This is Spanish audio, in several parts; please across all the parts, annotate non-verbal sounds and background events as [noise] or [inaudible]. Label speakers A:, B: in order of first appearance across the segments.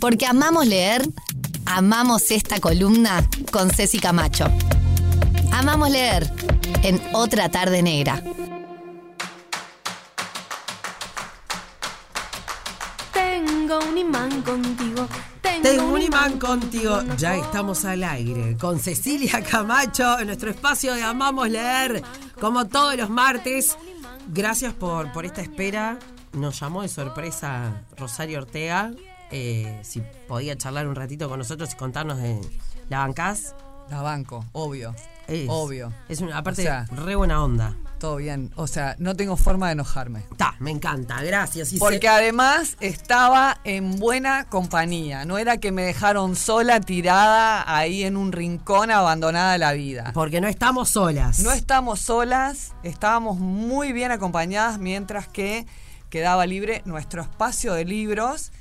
A: porque amamos leer, amamos esta columna con Ceci Camacho. Amamos leer en Otra Tarde Negra.
B: Tengo un imán contigo. Tengo,
C: Tengo un imán contigo. Ya estamos al aire con Cecilia Camacho en nuestro espacio de Amamos Leer, como todos los martes. Gracias por, por esta espera. Nos llamó de sorpresa Rosario Ortega. eh, si podía charlar un ratito con nosotros y contarnos de la bancás.
D: La banco, obvio.
C: Es-
D: Obvio.
C: Es una, aparte,
D: O sea-
C: re buena onda.
D: Todo bien. O sea, no tengo forma de enojarme.
C: Está, me encanta. Gracias. Y
D: Porque además estaba en buena compañía. No era que me dejaron sola, tirada ahí en un rincón, abandonada de la vida.
C: se- porque no estamos solas.
D: No estamos solas, estábamos muy bien acompañadas mientras que quedaba libre nuestro espacio de libros.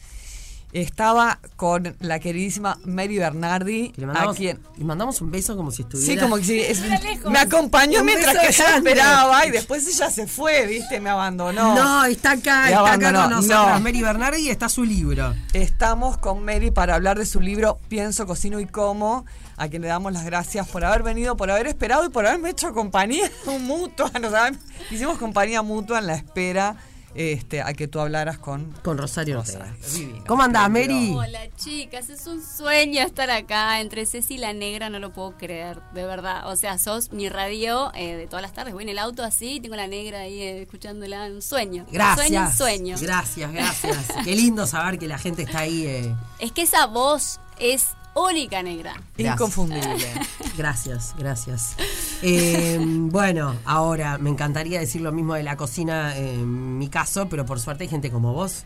D: Estaba con la queridísima Mary Bernardi,
C: Que le
D: a
C: mandamos,
D: quien
C: le mandamos un beso como si estuviera.
D: Sí, como que sí, es-
B: lejos.
D: me acompañó
C: Un
D: mientras
C: beso
D: que yo
C: grande.
D: esperaba y después ella se fue, viste, me abandonó.
C: No, está acá,
D: Me
C: está acá
D: abandonó.
C: con nosotros.
D: No.
C: Mary Bernardi y está su libro.
D: Estamos con Mary para hablar de su libro Pienso, Cocino y Como, a quien le damos las gracias por haber venido, por haber esperado y por haberme hecho compañía [laughs] mutua. nos haber- hicimos compañía mutua en la espera este, a que tú hablaras con...
C: Con Rosario Ortega.
D: Divino.
C: ¿Cómo andás, Mary?
E: Hola chicas, es un sueño estar acá entre Ceci y la negra, no lo puedo creer, de verdad. O sea, sos mi radio eh, de todas las tardes. Voy en el auto así, tengo la negra ahí eh, escuchándola, un sueño. Un Sueño, un
C: Gracias.
E: sueño.
C: Gracias,
D: [laughs]
C: gracias. Qué lindo saber que la gente está ahí. eh.
E: Es que esa voz es única, negra.
D: [laughs]
C: Gracias.
D: Inconfundible.
C: Gracias, gracias. Eh, bueno, ahora me encantaría decir lo mismo de la cocina eh, en mi caso, pero por suerte hay gente como
D: [laughs]
C: vos.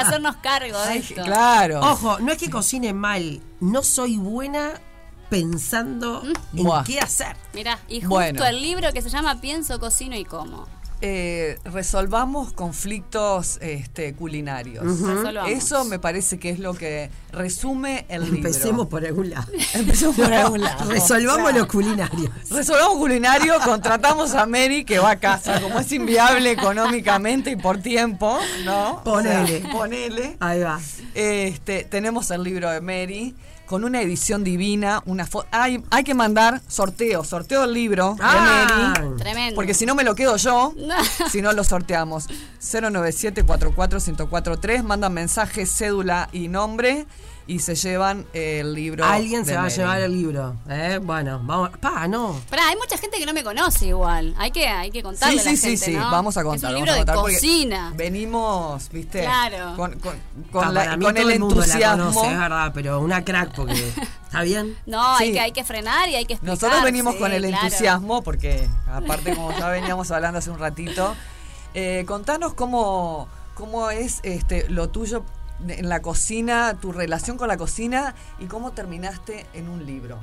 C: [laughs]
E: hacernos cargo de esto.
D: claro.
C: Ojo, no es que cocine mal, no soy buena pensando en
D: Buah.
C: qué hacer.
E: Mirá, y justo
D: Bueno.
E: el libro que se llama Pienso, Cocino y Como.
D: Eh, resolvamos conflictos este, culinarios.
E: Resolvamos.
D: Eso me parece que es lo que resume el libro.
C: Empecemos por algún lado.
D: [laughs]
C: [laughs]
D: Empecemos [laughs] por algún lado.
C: Resolvamos
D: O sea,
C: los culinarios.
D: Resolvamos culinario, contratamos a Mary que va a casa, como es inviable económicamente y por tiempo, ¿no? O sea,
C: Ponele.
D: ponele.
C: Ahí va.
D: Este, tenemos el libro de Mary con una edición divina, una fo- hay, hay que mandar sorteo, sorteo del libro
C: Ah.
D: de Mary.
E: Tremendo.
D: Mm. Porque si no me lo quedo
E: [laughs]
D: yo,
E: No.
D: si no lo sorteamos. 097-44-1043, mandan mensaje, cédula y nombre y se llevan el libro.
C: Alguien
D: de
C: se va a
D: Mary.
C: llevar el libro. ¿eh? Bueno, vamos. Pa, no.
E: Pará, hay mucha gente que no me conoce igual. Hay que, hay que contarle
D: Sí,
E: a la
D: sí, sí,
E: gente,
D: sí,
E: ¿no?
D: vamos a contar.
E: Es un
D: vamos
E: libro
D: a contar
E: de
D: porque
E: cocina.
D: Venimos, viste,
E: Claro.
D: con, con- con
C: Pa,
D: la-
C: para mí
D: con
C: todo
D: el
C: mundo la
D: entusiasmo.
C: conoce, es verdad, pero una crack porque. ¿Está
E: [laughs]
C: bien?
E: No,
D: Sí.
E: hay, que, hay que frenar y hay que explicar.
D: Nosotros venimos
E: sí,
D: con el
E: claro.
D: entusiasmo, porque aparte como ya veníamos hablando hace un ratito, eh, contanos cómo, cómo es este, lo tuyo en la cocina, tu relación con la cocina y cómo terminaste en un libro.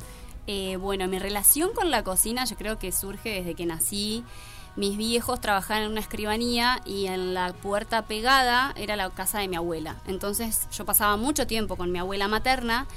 E: Eh, bueno, mi relación con la cocina yo creo que surge desde que nací. Mis viejos trabajaban en una escribanía y en la puerta pegada era la casa de mi abuela. Entonces yo pasaba mucho tiempo con mi abuela materna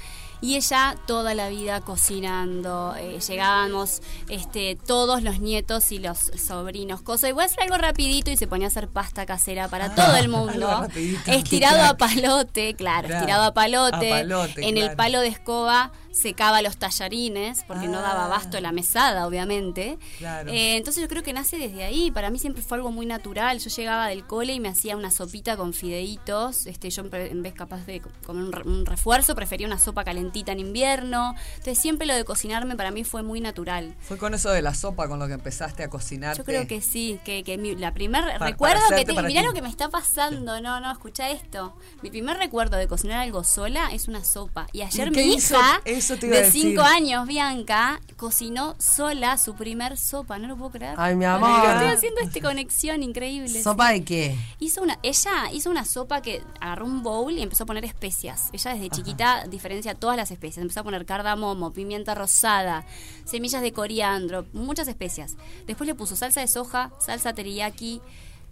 E: y ella toda la vida cocinando. Eh, llegábamos este, todos los nietos y los sobrinos. Cosa igual hacer algo rapidito y se ponía a hacer pasta casera para todo el
D: Ah, [laughs] algo
E: mundo.
D: rapidito, qué
E: Estirado
D: crack.
E: a palote, claro,
D: Claro,
E: estirado a palote.
D: a palote,
E: en
D: claro.
E: el palo de escoba secaba los tallarines porque no daba abasto la mesada, obviamente.
D: Claro.
E: Eh, entonces yo creo que nace desde ahí. Para mí siempre fue algo muy natural. Yo llegaba del cole y me hacía una sopita con fideitos. Este, yo en pre- en vez capaz de co- comer un, re- un refuerzo, prefería una sopa calentita en invierno. Entonces siempre lo de cocinarme para mí fue muy natural.
D: Fue con eso de la sopa con lo que empezaste a cocinar.
E: Yo creo que sí, que, que mi- la primer
D: para
E: recuerdo
D: hacerte
E: que tengo,
D: para
E: mirá
D: ti.
E: lo que me está pasando, no, no, escucha esto. Mi primer recuerdo de cocinar algo sola es una sopa. Y ayer
D: ¿Y
E: mi
D: qué hizo?
E: hija
D: Eso te iba a
E: de
D: decir.
E: 5 años, Bianca, cocinó sola su primer sopa, no lo puedo creer.
C: Ay, mi
E: Estoy
C: amor.
E: haciendo esta conexión increíble.
C: ¿Sopa de qué?
E: Hizo una, ella hizo una sopa que agarró un bowl y empezó a poner especias. Ella desde chiquita diferencia todas las especias. Empezó a poner cardamomo, pimienta rosada, semillas de coriandro, muchas especias. Después le puso salsa de soja, salsa teriyaki,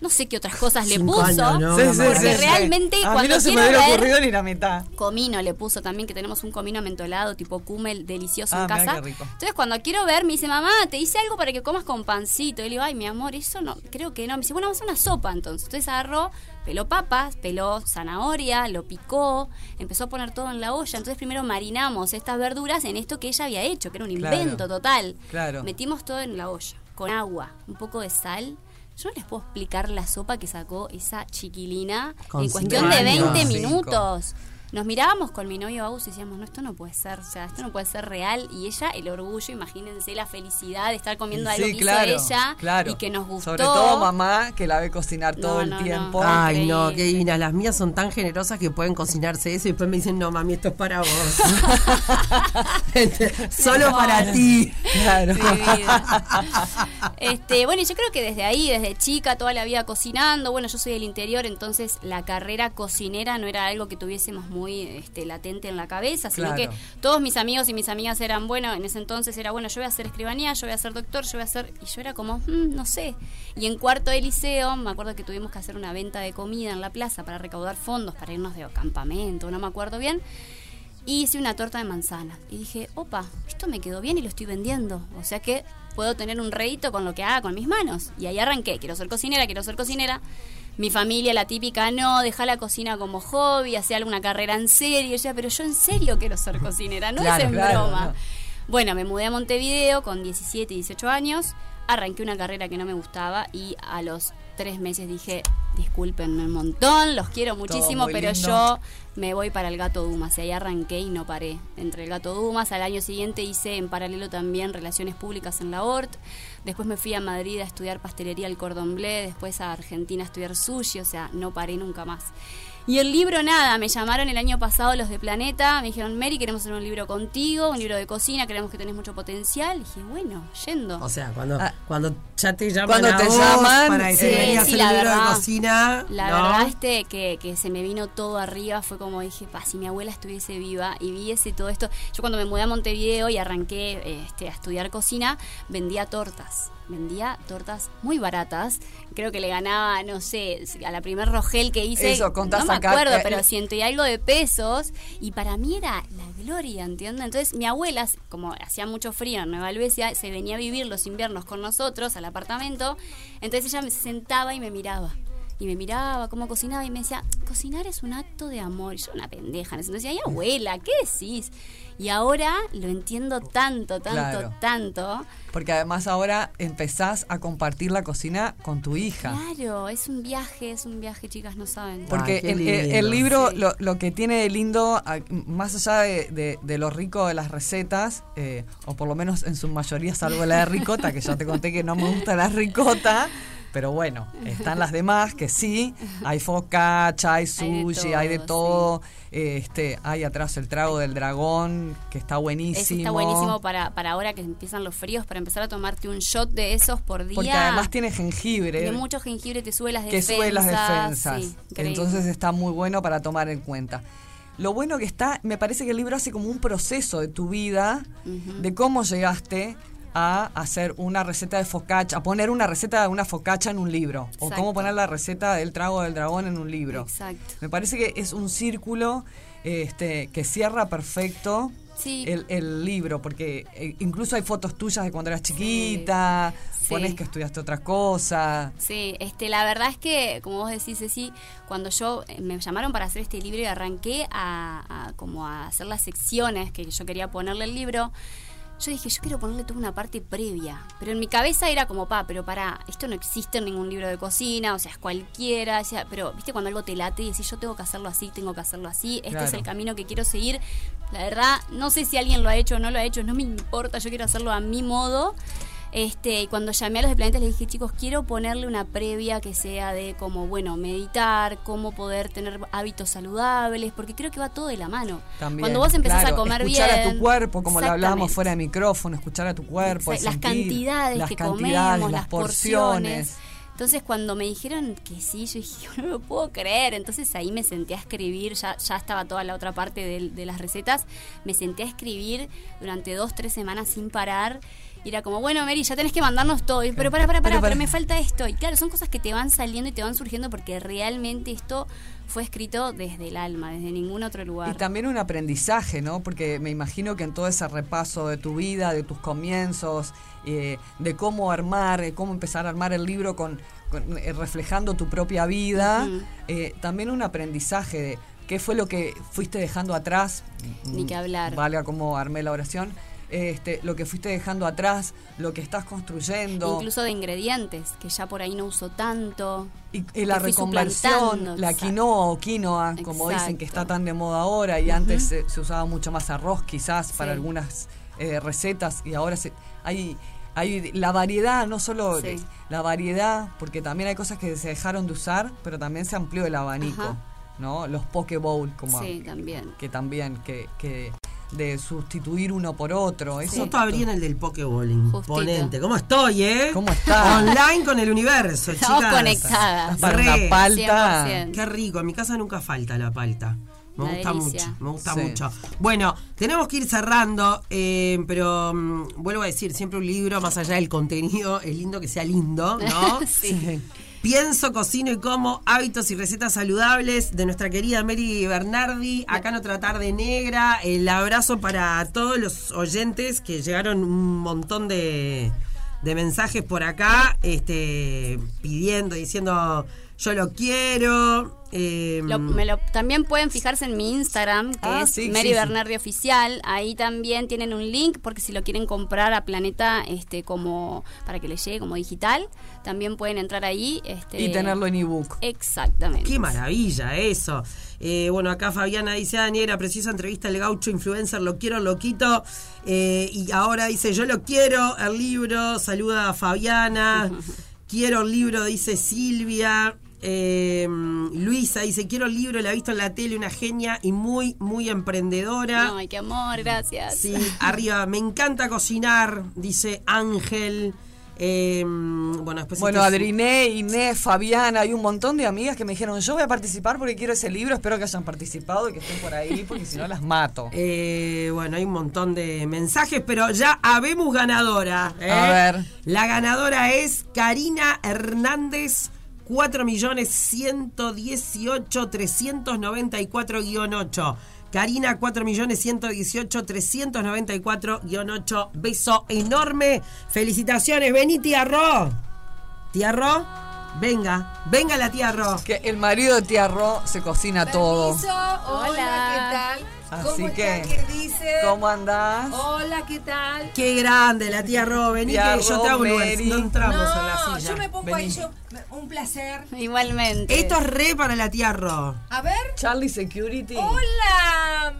E: no sé qué otras cosas le
C: Cinco
E: puso.
C: años, ¿no?
D: Sí,
C: una
D: sí,
C: marca.
D: sí,
E: porque
D: sí.
E: realmente
D: A mí
E: cuando
D: no se me
E: quiero
D: hubiera
E: ver-
D: ocurrido ni la mitad.
E: Comino le puso también, que tenemos un comino mentolado tipo Kummel delicioso
D: Ah,
E: en
D: mirá
E: casa.
D: qué rico.
E: Entonces cuando quiero ver, me dice, mamá, te hice algo para que comas con pancito. Y le digo, ay, mi amor, eso no, creo que no. Me dice, bueno, vamos a hacer una sopa entonces. Entonces agarró, peló papas, peló zanahoria, lo picó, empezó a poner todo en la olla. Entonces primero marinamos estas verduras en esto que ella había hecho, que era un
D: Claro.
E: invento total.
D: Claro.
E: Metimos todo en la olla, con agua, un poco de sal. Yo no les puedo explicar la sopa que sacó esa chiquilina
C: Con
E: en
C: cinco
E: cuestión de
C: años.
E: 20
D: Cinco.
E: minutos. Nos mirábamos con mi novio Agus y decíamos, no, esto no puede ser, o sea, esto no puede ser real. Y ella, el orgullo, imagínense la felicidad de estar comiendo algo que hizo ella y que nos gustó.
D: Sobre todo mamá, que la ve cocinar
E: No,
D: todo el
E: no, no.
D: tiempo.
E: Ah,
C: Ay, no,
E: Increíble.
C: qué divinas. Las mías son tan generosas que pueden cocinarse eso y después me dicen, no, mami, esto es para
D: [laughs]
C: vos. Solo para ti.
D: Claro.
E: Mi vida. Este, bueno, y yo creo que desde ahí, desde chica, toda la vida cocinando. Bueno, yo soy del interior, entonces la carrera cocinera no era algo que tuviésemos muy este, latente en la cabeza, sino
D: Claro.
E: que todos mis amigos y mis amigas eran, bueno, en ese entonces era, bueno, yo voy a ser escribanía, yo voy a ser doctor, yo voy a ser... Y yo era como, "Mm, no sé. Y en cuarto de liceo, me acuerdo que tuvimos que hacer una venta de comida en la plaza para recaudar fondos, para irnos de campamento, no me acuerdo bien. Y hice una torta de manzana. Y dije, opa, esto me quedó bien y lo estoy vendiendo. O sea que puedo tener un rédito con lo que haga con mis manos. Y ahí arranqué. Quiero ser cocinera, quiero ser cocinera. Mi familia, la típica, no, deja la cocina como hobby, hace alguna carrera en serio. Y yo, pero yo en serio quiero ser cocinera, no
D: Claro,
E: es en
D: claro,
E: broma.
D: no.
E: Bueno, me mudé a Montevideo con 17, 18 años. Arranqué una carrera que no me gustaba y a los tres meses dije, discúlpenme un montón, los quiero muchísimo,
D: muy
E: pero
D: lindo.
E: yo me voy para el Gato Dumas. Y ahí arranqué y no paré. Entre el Gato Dumas, al año siguiente hice en paralelo también Relaciones Públicas en la ORT. Después me fui a Madrid a estudiar pastelería al Cordon Bleu, después a Argentina a estudiar sushi, o sea, no paré nunca más. Y el libro, nada, me llamaron el año pasado los de Planeta, me dijeron, Mary, queremos hacer un libro contigo, un libro de cocina, creemos que tenés mucho potencial. Y dije, bueno, yendo.
C: O sea, cuando,
D: Ah.
C: cuando ya te llaman,
D: Cuando
C: a
D: te
C: vos
D: llaman,
C: para
D: sí,
C: decir, "Vení a
E: sí,
C: hacer
E: la
C: un libro de
E: verdad.
C: cocina.
E: La
C: ¿no?
E: verdad este que, que se me vino todo arriba fue como dije, pa, si mi abuela estuviese viva y viese todo esto. Yo cuando me mudé a Montevideo y arranqué eh, este, a estudiar cocina, vendía tortas. Vendía tortas muy baratas. Creo que le ganaba, no sé, a la primer rogel que hice.
D: Eso, contás
E: no me
D: acá,
E: acuerdo,
D: eh,
E: pero ciento y algo de pesos. Y para mí era la gloria, ¿entiendes? Entonces mi abuela, como hacía mucho frío en Nueva Albesia, se venía a vivir los inviernos con nosotros al apartamento. Entonces ella me sentaba y me miraba y me miraba cómo cocinaba y me decía, cocinar es un acto de amor. Y yo una pendeja. en ese Entonces decía, ay abuela, ¿qué decís? Y ahora lo entiendo tanto, tanto,
D: Claro.
E: tanto.
D: Porque además ahora empezás a compartir la cocina con tu hija.
E: Claro, es un viaje, es un viaje, chicas, no saben.
C: Por-
D: Porque
C: Ay, qué
D: el, el- el
C: lindo.
D: libro
E: Sí.
D: lo, lo que tiene de lindo, a- más allá de, de- de lo rico de las recetas, eh, o por lo menos en su mayoría, salvo la de ricota, que ya te conté que no me gusta la ricota, pero bueno, están las demás que sí, hay focaccia, hay
E: Hay de
D: sushi, hay de todo,
E: todo,
D: eh, este, hay atrás el trago del dragón, que está buenísimo.
E: Eso está buenísimo para, para ahora que empiezan los fríos, para empezar a tomarte un shot de esos por día.
D: Porque además tiene jengibre.
E: de mucho jengibre te sube las
D: que
E: defensas.
D: sube las defensas.
E: sí, increíble.
D: Entonces está muy bueno para tomar en cuenta. Lo bueno que está, me parece que el libro hace como un proceso de tu vida, de cómo llegaste a hacer una receta de focaccia, a poner una receta de una focaccia en un libro, o cómo
E: Exacto.
D: poner la receta del trago del dragón en un libro.
E: Exacto.
D: Me parece que es un círculo este, que cierra perfecto
E: Sí.
D: el, el libro, porque eh, incluso hay fotos tuyas de cuando eras chiquita,
E: Sí.
D: pones que estudiaste otra cosa.
E: Sí, este, la verdad es que, como vos decís, Ceci, cuando yo eh, me llamaron para hacer este libro y arranqué a, a como a hacer las secciones que yo quería ponerle al libro, yo dije, yo quiero ponerle toda una parte previa. Pero en mi cabeza era como, pa, pero para, esto no existe en ningún libro de cocina, o sea, es cualquiera. o sea, pero, viste, cuando algo te late y decís, yo tengo que hacerlo así, tengo que hacerlo así, este es
D: Claro.
E: el camino que quiero seguir. La verdad, no sé si alguien lo ha hecho o no lo ha hecho, no me importa, yo quiero hacerlo a mi modo. Este, y cuando llamé a los de Planetas les dije, chicos, quiero ponerle una previa que sea de cómo, bueno, meditar, cómo poder tener hábitos saludables, porque creo que va todo de la mano.
D: También,
E: cuando vos empezás
D: claro,
E: a comer
D: escuchar
E: bien.
D: a tu cuerpo, como lo hablábamos
E: Exactamente.
D: fuera de micrófono, escuchar a tu cuerpo.
E: Exacto, Las
D: sentir
E: cantidades
D: las
E: que
D: cantidades,
E: comemos,
D: las
E: las porciones. Entonces cuando me dijeron que sí, yo dije, [laughs] "Yo no lo puedo creer. Entonces ahí me senté a escribir, ya, ya estaba toda la otra parte del- de, las recetas, me senté a escribir durante dos, tres semanas sin parar Y era como, bueno, Mary, ya tenés que mandarnos todo. Y, pero para, para,
D: Pero
E: para, pero,
D: pará.
E: me falta esto. Y claro, son cosas que te van saliendo y te van surgiendo porque realmente esto fue escrito desde el alma, desde ningún otro lugar.
D: Y también un aprendizaje, ¿no? Porque me imagino que en todo ese repaso de tu vida, de tus comienzos, eh, de cómo armar, eh, cómo empezar a armar el libro con, con, eh, reflejando tu propia vida,
E: Ujú.
D: eh, también un aprendizaje de qué fue lo que fuiste dejando atrás. mm,
E: Ni que hablar.
D: Valga cómo armé la oración. Este, lo que fuiste dejando atrás, lo que estás construyendo.
E: Incluso de ingredientes, que ya por ahí no uso tanto.
D: Y, y la
E: que fui suplantando,
D: reconversión, la
E: exacto.
D: quinoa o quinoa, como dicen que está
E: Exacto.
D: tan de moda ahora, y antes se, se usaba mucho más arroz quizás para
E: Sí.
D: algunas eh, recetas, y ahora se, hay, hay la variedad, no solo
E: Sí.
D: la variedad, porque también hay cosas que se dejaron de usar, pero también se amplió el abanico,
E: Ajá.
D: ¿no? Los poke bowl, como
E: Sí, también.
D: que también, que, que de sustituir uno por otro. Eso
C: Justo abrían el del Pokéball, imponente. ¿Cómo estoy, eh?
D: ¿Cómo estás?
C: Online con el universo,
E: Estamos
C: chicas.
E: conectadas.
D: para una
C: Re.
D: palta.
E: 100%.
C: Qué rico, en mi casa nunca falta la palta. Me
E: Una
C: gusta
E: delicia.
C: mucho, me gusta
D: Sí.
C: mucho. Bueno, tenemos que ir cerrando, eh, pero mm, vuelvo a decir, siempre un libro, más allá del contenido, es lindo que sea lindo, ¿no?
E: [laughs] Sí.
C: Pienso, cocino y como hábitos y recetas saludables de nuestra querida Mary Bernardi, acá en otra tarde negra. El abrazo para todos los oyentes que llegaron un montón de, de mensajes por acá, este, pidiendo, diciendo yo lo quiero. eh,
E: Lo- me lo- también pueden fijarse en mi Instagram, que
D: Ah,
E: es
D: sí, sí,
E: Mary
D: sí.
E: Bernardi Oficial. Ahí también tienen un link, porque si lo quieren comprar a Planeta este como para que les llegue como digital, también pueden entrar ahí. Este,
D: Y tenerlo en ebook.
E: Exactamente.
C: Qué maravilla eso. Eh, bueno, acá Fabiana dice, Dani, era precisa entrevista al gaucho influencer, lo quiero, lo quito. Eh, y ahora dice, yo lo quiero, el libro, saluda a Fabiana. quiero el libro, dice Silvia. Eh, Luisa dice, quiero el libro, la he visto en la tele, una genia y muy, muy emprendedora.
E: No, ay, qué amor, gracias.
C: Sí, arriba, me encanta cocinar, dice Ángel. Eh, bueno, después
D: Bueno,
C: este es-
D: Adriné, Inés, Fabiana, hay un montón de amigas que me dijeron, yo voy a participar porque quiero ese libro, espero que hayan participado y que estén por ahí, porque si no las mato.
C: Eh, bueno, hay un montón de mensajes, pero ya habemos ganadora. ¿eh?
D: A ver.
C: La ganadora es Karina Hernández. 4.118.394-8. Karina, 4.118.394-8. Beso enorme. Felicitaciones. Vení, tía Ro. Tía Ro, venga. Venga la tía Ro.
D: Que el marido de tía Ro se cocina todo.
F: Permiso, hola, ¿qué tal?
D: Así
F: ¿Cómo
D: que,
F: están? ¿Qué dice? Oh,
D: ¿Cómo andás?
F: Hola, ¿qué tal?
C: Qué grande la tía Ro. Vení,
D: Tía
C: que yo
D: Ro,
C: te hago un lugar.
D: Mary.
C: No entramos en la
F: No,
C: silla.
F: yo me pongo
C: Vení.
F: ahí, yo, un placer.
E: [laughs] Igualmente.
C: Esto es re para la tía Ro.
F: A ver,
D: Charlie Security.
F: hola.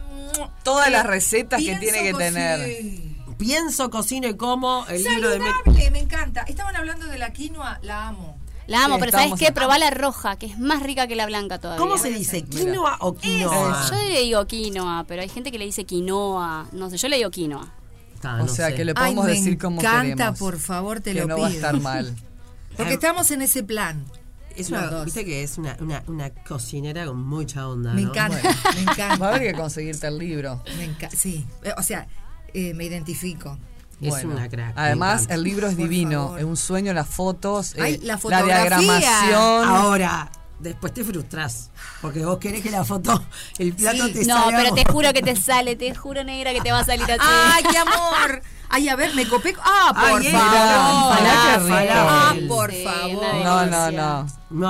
D: Todas
F: Eh,
D: las recetas que tiene que
F: pienso
D: tener.
F: cocinar.
C: Pienso, cocino y como el libro de Mary.
F: Saludable, me encanta. Estaban hablando de la quinoa, la amo.
E: La amo,
D: Sí,
E: pero ¿sabes
D: estamos
E: qué?
D: acá.
E: Probá la roja, que es más rica que la blanca todavía.
C: ¿Cómo se dice? ¿Quinoa o quinoa?
E: Eh, Yo le digo quinoa, pero hay gente que le dice quinoa. No sé, yo le digo quinoa.
C: Está,
D: O
C: no
D: sea,
C: sé.
D: que le podemos
F: Ah, Ay, me
D: decir como
F: encanta,
D: queremos.
F: por favor, te
D: que
F: lo
D: no va a
F: pido.
D: estar
F: [laughs]
D: mal. Ah.
F: Porque estamos en ese plan.
C: es una,
F: Los dos.
C: viste que es una, una, una cocinera con mucha onda.
F: Me
C: ¿no?
F: encanta,
C: Bueno.
F: me
D: Va a
F: encanta.
D: haber que conseguirte el libro.
F: Me encanta, sí. Eh, O sea, eh, me identifico.
C: Es
D: Bueno,
C: una crack. me
D: Además,
C: encanta.
D: el libro es
F: Por
D: divino.
F: favor.
D: Es un sueño, las fotos, eh,
F: Ay, la
D: la
F: fotografía. Ah,
D: diagramación.
C: Ahora, después te frustras. Porque vos querés que la foto, el plato te
E: no,
C: salga
E: pero te
C: como-
E: juro que te sale, te juro negra que te va a salir así.
F: ¡Ay, qué amor! Eh, [laughs] Ay, a ver, me copé. ¡Ah, por
C: Ay, era.
F: favor!
D: Mirá qué rico.
F: ¡Ah,
C: Falafel.
F: por
E: Sí,
F: favor!
E: una
D: No, no,
E: delicia.
D: no.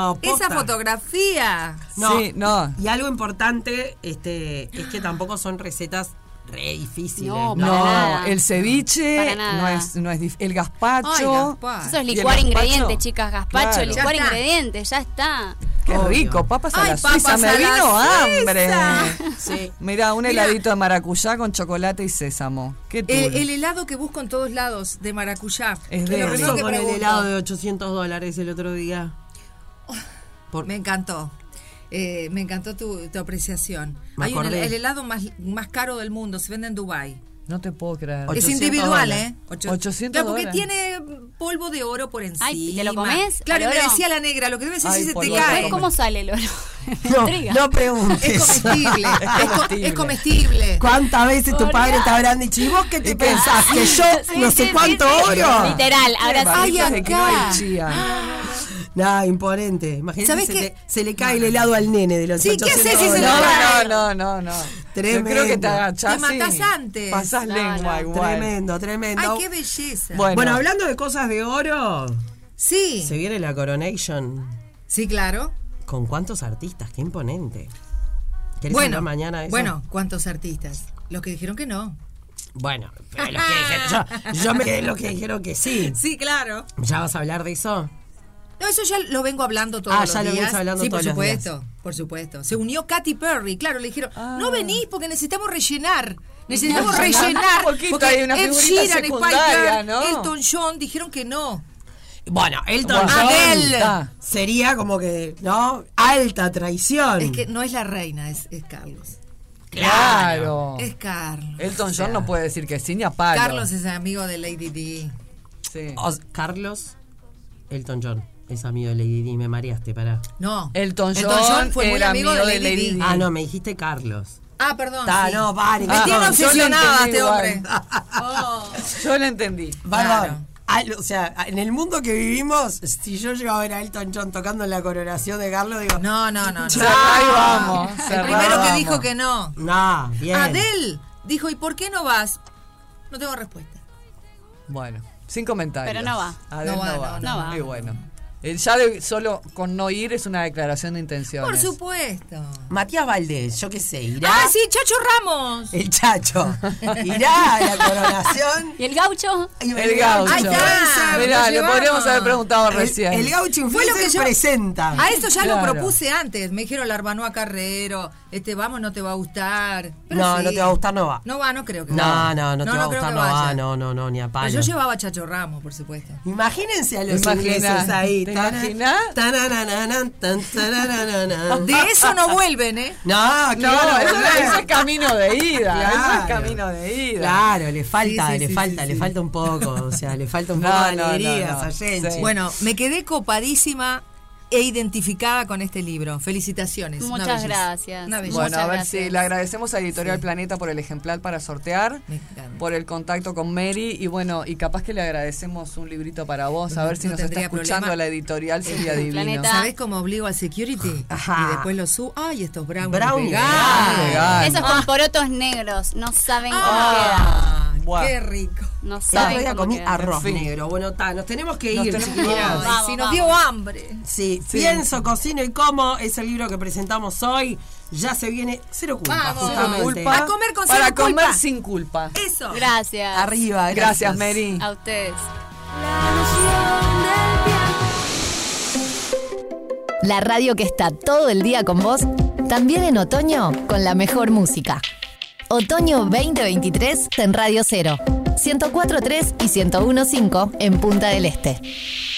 C: No, posta.
F: Esa fotografía.
C: No.
D: Sí, no.
C: Y algo importante este, es que tampoco son recetas re difíciles.
E: No,
D: No,
E: Para nada.
D: el ceviche
E: Para
D: no
E: nada.
D: es, no es dif- el gazpacho.
F: Ay, Gaspar.
E: Eso es
D: ¿Y el
E: licuar
D: gazpacho?
E: ingredientes, chicas. Gazpacho,
D: Claro.
E: licuar
F: Ya está.
E: ingredientes, ya está.
D: Qué
C: Obvio.
D: rico, papas a
F: Ay,
D: la
F: papas
D: suiza, me
F: a la
D: vino hambre.
F: suiza.
C: Sí.
D: Mira, un
F: Mirá.
D: heladito de maracuyá con chocolate y sésamo. Qué
F: El,
D: tulo.
F: eh, el helado que busco en todos lados de maracuyá.
D: Es de-
F: lo primero
C: Eso
F: que
C: con el
F: pregunto.
C: helado de 800 dólares el otro día. Por-
F: Me encantó. Eh, me encantó tu, tu apreciación.
C: Me
F: Hay un-
C: acordé.
F: el helado más, más caro del mundo, se vende en Dubai.
D: No te puedo creer.
F: Es
C: 800
F: individual,
C: dólares.
F: ¿eh? Ocho-
D: 800
F: Claro, porque
D: dólares.
F: tiene polvo de oro por encima.
E: Ay, ¿te lo comes,
F: Claro, y me
E: al oro?
F: decía la negra, lo que debe ser
D: Ay,
F: si se te
D: polvo de
E: Después,
F: cae.
D: oro.
E: ¿Cómo sale el oro? [laughs] Me
C: No,
E: intriga.
C: no [laughs]
F: [laughs]
C: preguntes.
F: Es comestible.
D: Es
F: es, co-
D: comestible.
F: es comestible.
C: ¿Cuántas veces tu
E: Hola.
C: padre te habrán dicho? ¿Y vos qué te pensás? ¿Que yo
E: Sí,
C: no
E: sí,
C: sé
E: sí,
C: cuánto
E: sí.
C: oro?
E: Literal, ahora sí.
F: Ay,
D: Barritas de quinoa
F: acá. Ah,
D: y chía.
C: Nada, imponente. Imagínate
F: ¿Sabés
C: se,
F: qué?
C: le, se le cae el helado al nene de los
F: Sí, ¿qué haces si se
C: 800
F: lo
C: dólares?
F: cae?
D: No, no, no, no, no. Yo
C: Tremendo.
D: creo que te agachás.
F: Te matás
D: y
F: antes.
D: Pasás
E: No,
D: lengua
E: no.
D: igual.
C: Tremendo, tremendo.
F: Ay, qué belleza.
D: Bueno.
C: Bueno, hablando de cosas de oro,
F: Sí,
C: se
F: sí,
C: viene la Coronation.
F: claro.
C: ¿Con cuántos artistas? Qué imponente. ¿Querés
F: Bueno,
C: hablar mañana de eso?
F: bueno, ¿cuántos artistas? Los que dijeron que no.
C: Bueno, pero los que dijeron- yo, yo me quedé en los que dijeron que
F: [laughs]
C: sí.
F: Sí, claro.
C: ¿Ya vas a hablar de eso?
F: No, eso ya lo vengo hablando todos
C: Ah,
F: los
C: ya lo
F: días.
C: venís hablando
F: sí,
C: todos
F: por
C: los días.
F: supuesto, por supuesto. Se unió Katy Perry, claro, le dijeron,
D: Ah.
F: no venís porque necesitamos
D: [laughs]
F: rellenar. Necesitamos
D: Rellenar un
F: rellenar.
D: poquito,
F: porque
D: hay una
F: Ed
D: figurita
F: Sheeran,
D: secundaria,
F: Spice Girls,
D: ¿no?
F: Elton John dijeron que no.
C: Bueno, Elton
D: Bueno.
C: John
F: Adele.
C: ah, sería como que, ¿no? Alta traición.
F: Es que no es la reina, es, es Carlos.
D: Claro.
F: Es Carlos.
D: Elton
F: O sea,
D: John no puede decir que sí ni a palo.
F: Carlos es amigo de Lady D.
D: Sí.
C: O- Carlos Elton John. Es amigo de Lady Di, me mareaste, pará.
F: No.
D: Elton John,
F: fue muy
D: era
F: amigo de Lady, Di.
D: Di.
C: Ah, no, me dijiste Carlos.
F: Ah, perdón.
C: Ah,
F: sí.
C: no, vale.
F: Me
D: Ah,
F: tiene
D: yo lo entendí
F: obsesionada este
D: igual.
F: hombre.
C: [laughs]
F: Oh.
D: Yo lo entendí.
C: Bárbaro.
F: Claro.
C: Al- o sea, en el mundo que vivimos, si yo llego a ver a Elton John tocando en la coronación de Carlos, digo, no,
F: No, no, no. no.
D: Ahí vamos.
F: El
D: cerrá y
F: primero que
D: vamos.
F: dijo que no.
C: bien.
F: Adel dijo, ¿y por qué no vas? No tengo respuesta.
D: Bueno, sin comentarios.
E: Pero no va.
D: Adel
F: No
D: no,
F: va,
D: va.
F: no,
E: no va.
D: Y bueno. Eh, Ya de- solo con no ir es una declaración de intenciones.
F: Por supuesto.
C: Matías Valdés, yo qué sé, irá.
F: Ah, sí, Chacho Ramos.
C: El chacho. Irá a la coronación.
E: ¿Y el gaucho?
C: y
D: El
C: vendrá-
D: gaucho.
F: Ahí está,
D: Mirá,
F: lo
D: le podríamos
F: llevamos.
D: haber preguntado
C: El-
D: recién.
C: El, gaucho
F: Fue lo
C: infeliz
F: que yo-
C: presenta.
F: A esto ya lo
D: Claro.
F: propuse antes. Me dijeron Larbanoa Carrero. Este, vamos, no te va a gustar. Pero
C: No,
F: sí.
C: no te va a gustar, no va.
F: No va, no creo que
C: No,
F: vaya.
C: no, no te va a
F: creo
C: gustar,
F: que
C: no va,
F: vaya.
C: no, no, no, ni a
F: Pero
C: palo.
F: yo llevaba a Chacho Ramos, por supuesto.
C: Imagínense a los
D: ¿Te
C: ingleses
D: imaginas?
C: ahí.
D: ¿Te
C: Tana-
D: imaginas?
C: tananananan, tan, tananananan.
F: De eso no vuelven, ¿eh?
C: No,
D: No,
C: claro,
D: eso,
C: claro.
D: eso es camino de ida. Eso es
C: Claro.
D: camino de ida.
C: Claro, le falta,
F: Sí, sí,
C: le
F: sí,
C: falta,
F: sí,
C: le
F: sí.
C: falta un poco. O sea, le falta un
D: No,
C: poco de
D: no, no,
C: alegría
D: no.
C: a Yenchi.
D: Sí.
F: Bueno, me quedé copadísima e identificada con este libro. Felicitaciones. Una
E: Muchas
F: belleza.
E: gracias.
F: Una belleza.
D: Bueno, a
E: Muchas
D: ver
E: gracias.
D: si le agradecemos a Editorial Planeta por el ejemplar para sortear,
F: Me encanta.
D: por el contacto con Mary y bueno, y capaz que le agradecemos un librito para vos, a ver si
F: No
D: nos está
F: tendría
D: escuchando
F: problema.
D: la editorial, sería
E: Editorial
D: divino.
E: Planeta.
F: ¿Sabes cómo obligo al security?
C: Ajá.
F: Y después lo subo. Ay, estos brownies.
C: Brownies.
F: veganos.
C: Ah,
D: Legal.
E: Esos con porotos negros, no saben cómo queda.
F: Ah,
D: Buah.
F: qué rico.
E: No
C: El otro
E: saben
C: día
E: cómo
C: comí
E: queda.
C: arroz
D: En fin.
C: negro. Bueno, ta, nos tenemos que
D: Nos
C: ir.
D: tenemos que
C: chiquilines.
D: ir.
F: Ay,
E: Vamos,
F: si nos
E: vamos.
F: dio hambre.
C: Sí, pienso, cocino y como es el libro que presentamos hoy. Ya se viene cero culpa,
F: Vamos.
C: justamente.
F: Cero culpa. A comer con
D: Para
F: cero culpa.
D: comer sin culpa.
F: Eso.
E: Gracias.
C: Arriba,
D: Gracias, Mary.
E: A ustedes.
B: La noción del bien.
A: La radio que está todo el día con vos, también en otoño con la mejor música. Otoño 2023 en Radio 0, 104.3 y 101.5 en Punta del Este.